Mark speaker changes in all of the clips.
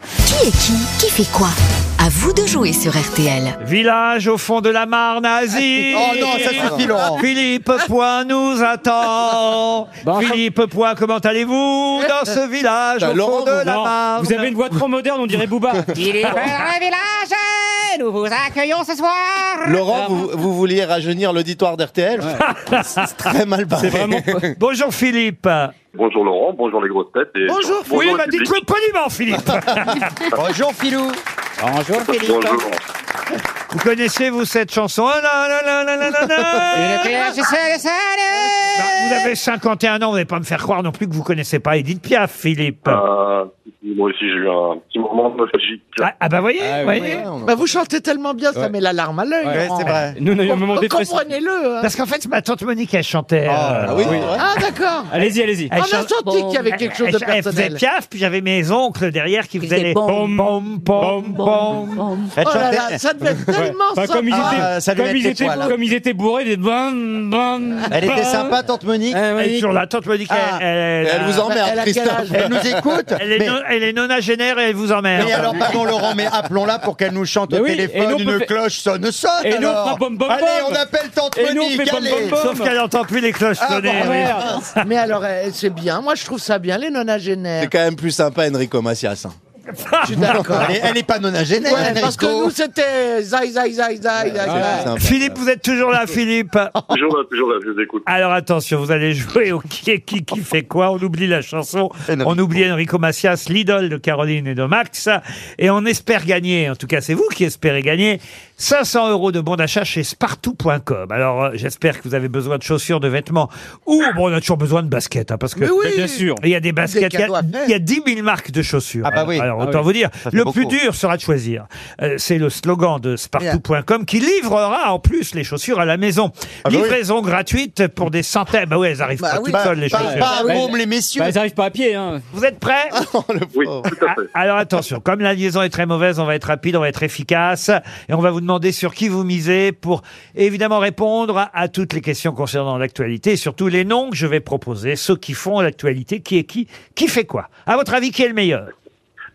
Speaker 1: Qui est qui Qui fait quoi À vous de jouer sur RTL.
Speaker 2: Village au fond de la Marne, Asie.
Speaker 3: Oh non, ça suffit, Laurent.
Speaker 2: Philippe Point nous attend. Philippe Point, comment allez-vous dans ce village au
Speaker 3: Laurent,
Speaker 2: fond de la
Speaker 4: Non,
Speaker 5: Ah,
Speaker 2: Marne
Speaker 4: Vous avez une voix trop moderne, on dirait Booba.
Speaker 5: Heureux village, nous vous accueillons ce soir.
Speaker 4: Ah,
Speaker 3: Laurent, vous, vous vouliez rajeunir l'auditoire d'RTL C'est très mal barré.
Speaker 2: Bonjour Philippe.
Speaker 6: Bonjour Laurent, bonjour les grosses têtes. Et
Speaker 2: Oui,
Speaker 6: au
Speaker 2: bah
Speaker 6: public.
Speaker 2: dites-le poliment, Philippe.
Speaker 3: Bonjour Philou.
Speaker 6: Bonjour.
Speaker 2: vous connaissez, vous, cette chanson Ah, la, la, la, la, la, la, la.
Speaker 5: Village, c'est le
Speaker 2: Bah,
Speaker 5: seul.
Speaker 2: Vous avez 51 ans, vous n'allez pas me faire croire non plus que vous connaissez pas Edith Piaf, Philippe.
Speaker 6: Euh, moi aussi, j'ai eu un petit moment nostalgique.
Speaker 2: Ah, ah bah voyez, voyez.
Speaker 7: Bah, vous chantez tellement bien, ça met l'alarme à l'œil. Laurent.
Speaker 3: c'est vrai.
Speaker 4: Nous, on a eu un moment
Speaker 7: Com-
Speaker 4: dépressif.
Speaker 7: Comprenez-le. hein.
Speaker 2: Parce qu'en fait, ma tante Monique, elle chantait. euh,
Speaker 3: Ah oui, c'est vrai.
Speaker 7: Ah, d'accord.
Speaker 4: Allez-y, allez-y.
Speaker 2: elle
Speaker 7: On a
Speaker 2: chan-
Speaker 7: senti qu'il y avait quelque chose de
Speaker 2: Elle- Elle faisait
Speaker 7: personnel.
Speaker 2: piaf, puis j'avais mes oncles derrière qui faisaient
Speaker 1: faisaient
Speaker 2: les pom pom pom pom.
Speaker 7: Oh là là, ça devait être tellement
Speaker 4: Enfin, comme ils
Speaker 7: sympa.
Speaker 4: étaient,
Speaker 3: Ah, ça lui
Speaker 4: comme
Speaker 3: met
Speaker 4: ils
Speaker 3: les
Speaker 4: étaient,
Speaker 3: poils.
Speaker 4: comme ils étaient bourrés, des bam, bam,
Speaker 3: Elle était
Speaker 4: bam.
Speaker 3: sympa, tante Monique.
Speaker 4: Eh,
Speaker 2: Elle est
Speaker 4: oui.
Speaker 2: toujours là, tante Monique,
Speaker 3: Ah.
Speaker 2: elle, elle- euh,
Speaker 3: Elle vous
Speaker 7: elle
Speaker 3: emmerde,
Speaker 7: a quel
Speaker 3: Christophe.
Speaker 7: âge
Speaker 3: Elle nous écoute.
Speaker 2: elle est,
Speaker 3: mais,
Speaker 2: non- elle est nonagénaire et elle vous emmerde.
Speaker 3: mais alors, pardon Laurent, mais appelons-la pour qu'elle nous chante
Speaker 4: Mais
Speaker 3: au
Speaker 4: oui, et nous,
Speaker 3: téléphone.
Speaker 4: on peut
Speaker 3: Une
Speaker 4: faire-
Speaker 3: cloche sonne, sonne.
Speaker 4: Et nous, on
Speaker 3: alors.
Speaker 4: fera bom, bom,
Speaker 3: Allez,
Speaker 4: bom.
Speaker 3: on appelle tante
Speaker 4: Et nous, on
Speaker 3: Monique.
Speaker 4: fait bom,
Speaker 3: allez.
Speaker 4: bom, bom.
Speaker 2: Sauf qu'elle n'entend plus les cloches
Speaker 3: Ah,
Speaker 2: sonner. oui.
Speaker 4: Merde.
Speaker 7: Mais alors, euh, c'est bien. Moi, je trouve ça bien, les nonagénaires.
Speaker 3: C'est quand même plus sympa, Enrico Macias. hein.
Speaker 7: Je suis d'accord.
Speaker 3: Elle, est, elle est pas nonagénaire,
Speaker 7: Ouais, parce que
Speaker 3: Enrico.
Speaker 7: nous, c'était zaï, zaï, zaï, zaï, zaï,
Speaker 3: C'est plus
Speaker 7: zaï.
Speaker 3: sympa.
Speaker 2: Philippe, vous êtes toujours là, Philippe.
Speaker 6: Toujours là, toujours là, je vous écoute.
Speaker 2: Alors attention, vous allez jouer au qui est qui qui fait quoi. On oublie la chanson, on oublie Enrico Macias, l'idole de Caroline et de Max, et on espère gagner. En tout cas, c'est vous qui espérez gagner 500 euros de bon d'achat chez Spartou.com. Alors euh, j'espère que vous avez besoin de chaussures, de vêtements, ou bon, on a toujours besoin de baskets, hein, parce que
Speaker 7: Mais oui.
Speaker 4: Bien sûr.
Speaker 2: il y a des baskets,
Speaker 7: Des
Speaker 2: il y a,
Speaker 7: cadeaux à faire.
Speaker 2: il y a 10 000 marques de chaussures.
Speaker 3: Ah bah oui.
Speaker 2: Alors
Speaker 4: Ah
Speaker 2: autant
Speaker 4: oui.
Speaker 2: vous dire,
Speaker 3: fait
Speaker 2: le plus
Speaker 3: beaucoup.
Speaker 2: dur sera de choisir. Euh, c'est le slogan de Spartou.com qui livrera en plus les chaussures à la maison.
Speaker 3: bah oui.
Speaker 2: Livraison gratuite pour des centaines. Bah ouais, elles arrivent pas toutes
Speaker 3: Bah,
Speaker 2: seules les
Speaker 3: pas-
Speaker 2: chaussures.
Speaker 3: Pas Ah. un
Speaker 4: Ouais.
Speaker 3: môme, les messieurs.
Speaker 4: Bah, ils arrivent pas à pied, hein.
Speaker 2: Vous êtes prêts
Speaker 6: Oui, tout à fait.
Speaker 2: Ah, Alors attention, comme la liaison est très mauvaise, on va être rapide, on va être efficace et on va vous demander sur qui vous misez pour évidemment répondre à, à toutes les questions concernant l'actualité et surtout les noms que je vais proposer, ceux qui font l'actualité, qui est qui, qui fait quoi. À votre avis, qui est le meilleur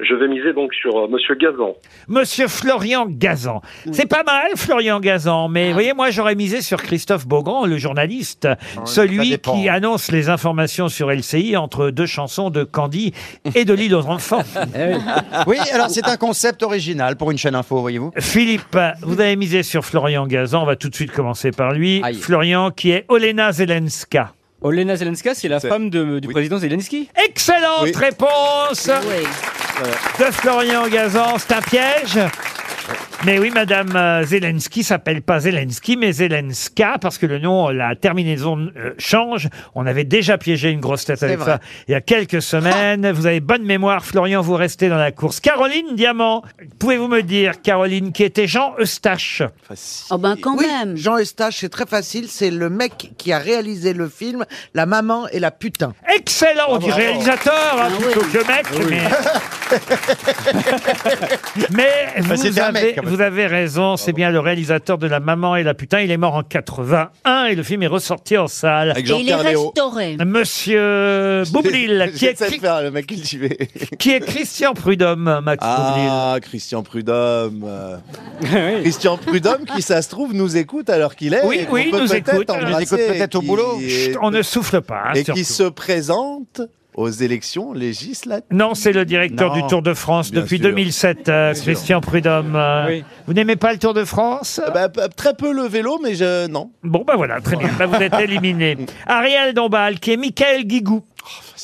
Speaker 6: Je vais miser donc sur euh, Monsieur Gazan.
Speaker 2: Monsieur Florian Gazan. C'est pas mal, Florian Gazan, mais vous voyez, moi, j'aurais misé sur Christophe Beaugrand, le journaliste, celui
Speaker 3: dépend.
Speaker 2: qui annonce les informations sur LCI entre deux chansons de Candy et de l'île aux enfants.
Speaker 4: Eh Ah,
Speaker 3: Oui, alors c'est un concept original pour une chaîne info, voyez-vous.
Speaker 2: Philippe, vous avez misé sur Florian Gazan, on va tout de suite commencer par lui.
Speaker 4: Aïe.
Speaker 2: Florian, qui est Olena Zelenska.
Speaker 4: Olena Zelenska, c'est la femme de- du président Zelensky.
Speaker 2: Excellente
Speaker 3: Oui.
Speaker 2: réponse de Florian Gazan. C'est un piège mais oui, Madame euh, Zelensky s'appelle pas Zelensky, mais Zelenska, parce que le nom, la terminaison euh, change. On avait déjà piégé une grosse tête avec
Speaker 7: vrai.
Speaker 2: ça il y a quelques semaines. Vous avez bonne mémoire, Florian, vous restez dans la course. Caroline Diamant, pouvez-vous me dire, Caroline, qui était Jean Eustache
Speaker 1: Oh ben quand
Speaker 7: Oui,
Speaker 1: même.
Speaker 7: Jean Eustache, c'est très facile. C'est le mec qui a réalisé le film La maman et la putain.
Speaker 2: Excellent,
Speaker 3: Ah,
Speaker 2: on dit réalisateur hein,
Speaker 1: Ah
Speaker 2: plutôt
Speaker 1: oui.
Speaker 2: que mec, mais. mais
Speaker 3: Bah,
Speaker 2: vous,
Speaker 3: c'était un
Speaker 2: avez,
Speaker 3: mec, quand même.
Speaker 2: vous avez raison, c'est bien le réalisateur de La Maman et la Putain. Il est mort en 81 et le film est ressorti en salle.
Speaker 3: Avec
Speaker 1: Et il est
Speaker 3: Jean-Pierre Léo.
Speaker 1: restauré.
Speaker 2: Monsieur Boublil, qui est,
Speaker 3: J'essaie de faire le mec qui j'y vais.
Speaker 2: qui est Christian Prudhomme, Max Boublil.
Speaker 3: Ah, Christian Prudhomme. euh,
Speaker 4: Oui.
Speaker 3: Christian Prudhomme qui, ça se trouve, nous écoute alors qu'il est.
Speaker 2: Oui,
Speaker 3: et qu'on
Speaker 2: oui, il
Speaker 3: peut
Speaker 2: nous
Speaker 3: Eh, Ah, peut-être
Speaker 2: écoute.
Speaker 3: embrasser,
Speaker 2: Il nous écoute
Speaker 3: et
Speaker 2: peut-être
Speaker 3: qui est-
Speaker 2: Chut, On ne souffle pas. hein,
Speaker 3: Et
Speaker 2: surtout.
Speaker 3: qui se présente aux élections législatives.
Speaker 2: Non, c'est le directeur
Speaker 3: Non.
Speaker 2: du Tour de France
Speaker 3: Bien
Speaker 2: depuis
Speaker 3: sûr.
Speaker 2: 2007, euh, Christian Prudhomme. euh,
Speaker 4: Oui.
Speaker 2: Vous n'aimez pas le Tour de France
Speaker 3: Euh, bah, p- très peu le vélo, mais je. Non.
Speaker 2: Bon, ben voilà, très bien. Ben, vous êtes éliminé. Ariel Dombal, qui est Michael Guigou.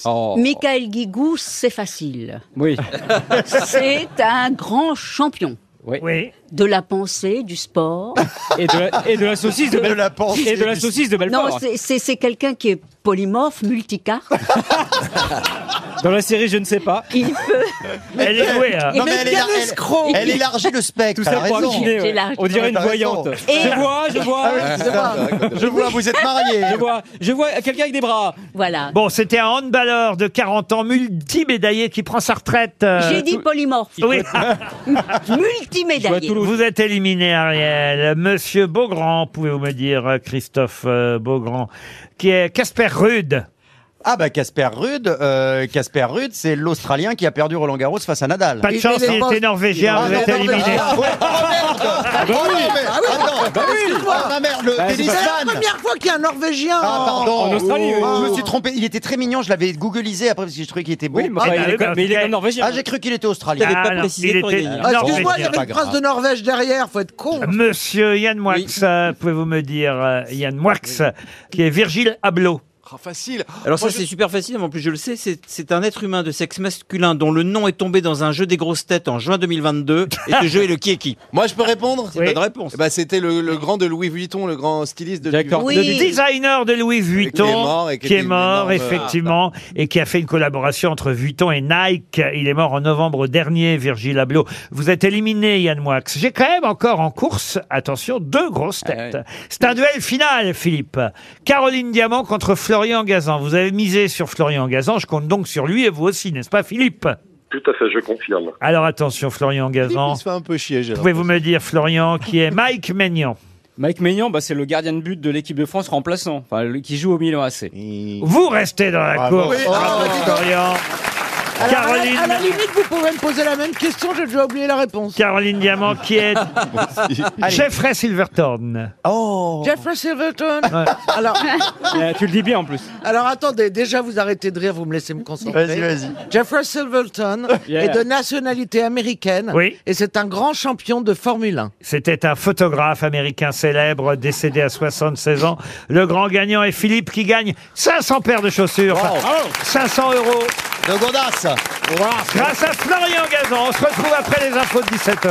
Speaker 4: Oh.
Speaker 1: Michael Guigou, c'est facile.
Speaker 4: Oui.
Speaker 1: C'est un grand champion
Speaker 2: Oui.
Speaker 1: de la pensée, du sport.
Speaker 4: Et de la, et de la saucisse de, Belfort.
Speaker 3: pensée.
Speaker 4: Et de la saucisse de
Speaker 1: Non,
Speaker 4: Belfort.
Speaker 1: c'est- c'est c'est quelqu'un qui est polymorphe, multicarte.
Speaker 4: Dans la série, je ne sais pas.
Speaker 1: Il peut.
Speaker 2: Elle est douée. hein.
Speaker 3: Non, mais elle, est
Speaker 7: quel
Speaker 3: elle-
Speaker 7: escroc
Speaker 3: elle élargit le spectre.
Speaker 4: Tout
Speaker 3: elle
Speaker 4: ça
Speaker 3: a
Speaker 4: pour
Speaker 3: raison. Ah,
Speaker 4: affiner,
Speaker 1: J'ai
Speaker 4: ouais.
Speaker 1: la-
Speaker 4: On dirait une
Speaker 3: T'as raison.
Speaker 4: voyante.
Speaker 1: Et-
Speaker 4: Je vois, je vois.
Speaker 3: Je vois, vous êtes mariés.
Speaker 4: Je vois, je vois quelqu'un avec des bras.
Speaker 1: Voilà.
Speaker 2: Bon, c'était un handballeur de 40 ans, multimédaillé, qui prend sa retraite. euh,
Speaker 1: J'ai dit
Speaker 4: tout-
Speaker 1: polymorphe,
Speaker 2: Oui,
Speaker 4: Je vois
Speaker 1: multimédaillé.
Speaker 4: Toulouse.
Speaker 2: vous êtes éliminé, Ariel. Monsieur Beaugrand, pouvez-vous me dire, euh, Christophe euh, Beaugrand, qui est Casper Rude.
Speaker 8: Ah bah Casper Rude, euh, Casper Rude, c'est l'Australien qui a perdu Roland Garros face à Nadal.
Speaker 2: Pas de chance, il était norvégien, vous êtes éliminé.
Speaker 8: Ah bah oui, mais-
Speaker 7: Ah oui,
Speaker 8: attends, bah oui.
Speaker 7: excuse-moi.
Speaker 8: Ah, ma mère, le
Speaker 4: Bah, c'est
Speaker 7: C'est la
Speaker 8: tennisman.
Speaker 7: première fois qu'il y a un Norvégien
Speaker 8: Ah
Speaker 7: en-
Speaker 8: pardon, Ah.
Speaker 4: en Australie, oui.
Speaker 8: je me suis trompé. Il était très mignon, je l'avais googlisé après parce que je trouvais qu'il était beau.
Speaker 4: Oui, mais,
Speaker 8: ah,
Speaker 4: enfin,
Speaker 2: bah,
Speaker 4: il est
Speaker 2: oui,
Speaker 4: comme-
Speaker 2: bah,
Speaker 4: mais il est
Speaker 2: ok.
Speaker 4: comme norvégien.
Speaker 8: ah, j'ai cru qu'il était australien.
Speaker 2: Ah, non, il était
Speaker 7: Ah, Excuse-moi, il y
Speaker 2: norvégien.
Speaker 7: avait
Speaker 8: Pas
Speaker 7: une prince
Speaker 8: grave.
Speaker 7: de Norvège derrière, faut être con.
Speaker 2: Monsieur Yann Moix, euh, pouvez-vous me dire euh, Yann Moix, qui est Virgile Abloh
Speaker 3: Ah,
Speaker 9: facile.
Speaker 10: Alors ça c'est super facile, mais en plus je le sais, c'est c'est un être humain de sexe masculin dont le nom est tombé dans un jeu des grosses têtes en juin 2022, et ce jeu est le qui est qui.
Speaker 9: Moi, je peux répondre
Speaker 10: C'est pas de réponse.
Speaker 9: Eh
Speaker 3: bah,
Speaker 9: ben, C'était le, le grand de Louis Vuitton, le grand styliste de Louis
Speaker 4: Directeur
Speaker 9: Vuitton.
Speaker 4: de
Speaker 2: le designer de Louis Vuitton,
Speaker 9: qui est mort et qui
Speaker 2: qui est
Speaker 9: était une
Speaker 2: mort,
Speaker 9: énorme-
Speaker 3: euh,
Speaker 2: effectivement, et qui a fait une collaboration entre Vuitton et Nike. Il est mort en novembre dernier, Virgil Abloh. Vous êtes éliminé, Yann Moix. J'ai quand même encore en course, attention, deux grosses têtes. C'est un duel final, Philippe. Caroline Diamant contre Florian Gazan. Vous avez misé sur Florian Gazan, je compte donc sur lui et vous aussi, n'est-ce pas, Philippe
Speaker 6: Tout à fait, je confirme.
Speaker 2: Alors attention, Florian Gazan.
Speaker 3: Il se fait un peu chier, j'ai
Speaker 2: Pouvez-vous me dire, Florian, qui est Mike Maignan
Speaker 4: Mike Maignan, bah, c'est le gardien de but de l'équipe de France remplaçant, enfin, le- qui joue au Milan AC.
Speaker 2: Vous restez dans la
Speaker 3: Bravo.
Speaker 2: course,
Speaker 3: Oui.
Speaker 2: Bravo,
Speaker 3: Oh, dis donc.
Speaker 2: Florian.
Speaker 7: Alors, à la-
Speaker 2: Caroline.
Speaker 7: À la limite, vous pouvez me poser la même question, j'ai déjà oublié la réponse.
Speaker 2: Caroline Diamant qui est Jeffrey Silverthorne.
Speaker 8: Oh.
Speaker 7: Jeffrey Silverton. Alors,
Speaker 3: Ah.
Speaker 4: Euh, tu le dis bien en plus.
Speaker 7: alors attendez, déjà vous arrêtez de rire, vous me laissez me concentrer.
Speaker 8: Vas-y, vas-y.
Speaker 7: Jeffrey Silverton
Speaker 4: Yeah.
Speaker 7: est de nationalité américaine
Speaker 2: Oui.
Speaker 7: et c'est un grand champion de Formule 1.
Speaker 2: C'était un photographe américain célèbre, décédé à 76 ans. Le grand gagnant est Philippe qui gagne 500 paires de chaussures,
Speaker 8: Wow.
Speaker 2: Enfin, 500 euros,
Speaker 8: De Gondas.
Speaker 2: grâce à Florian Gazan. On se retrouve après les infos de 17h.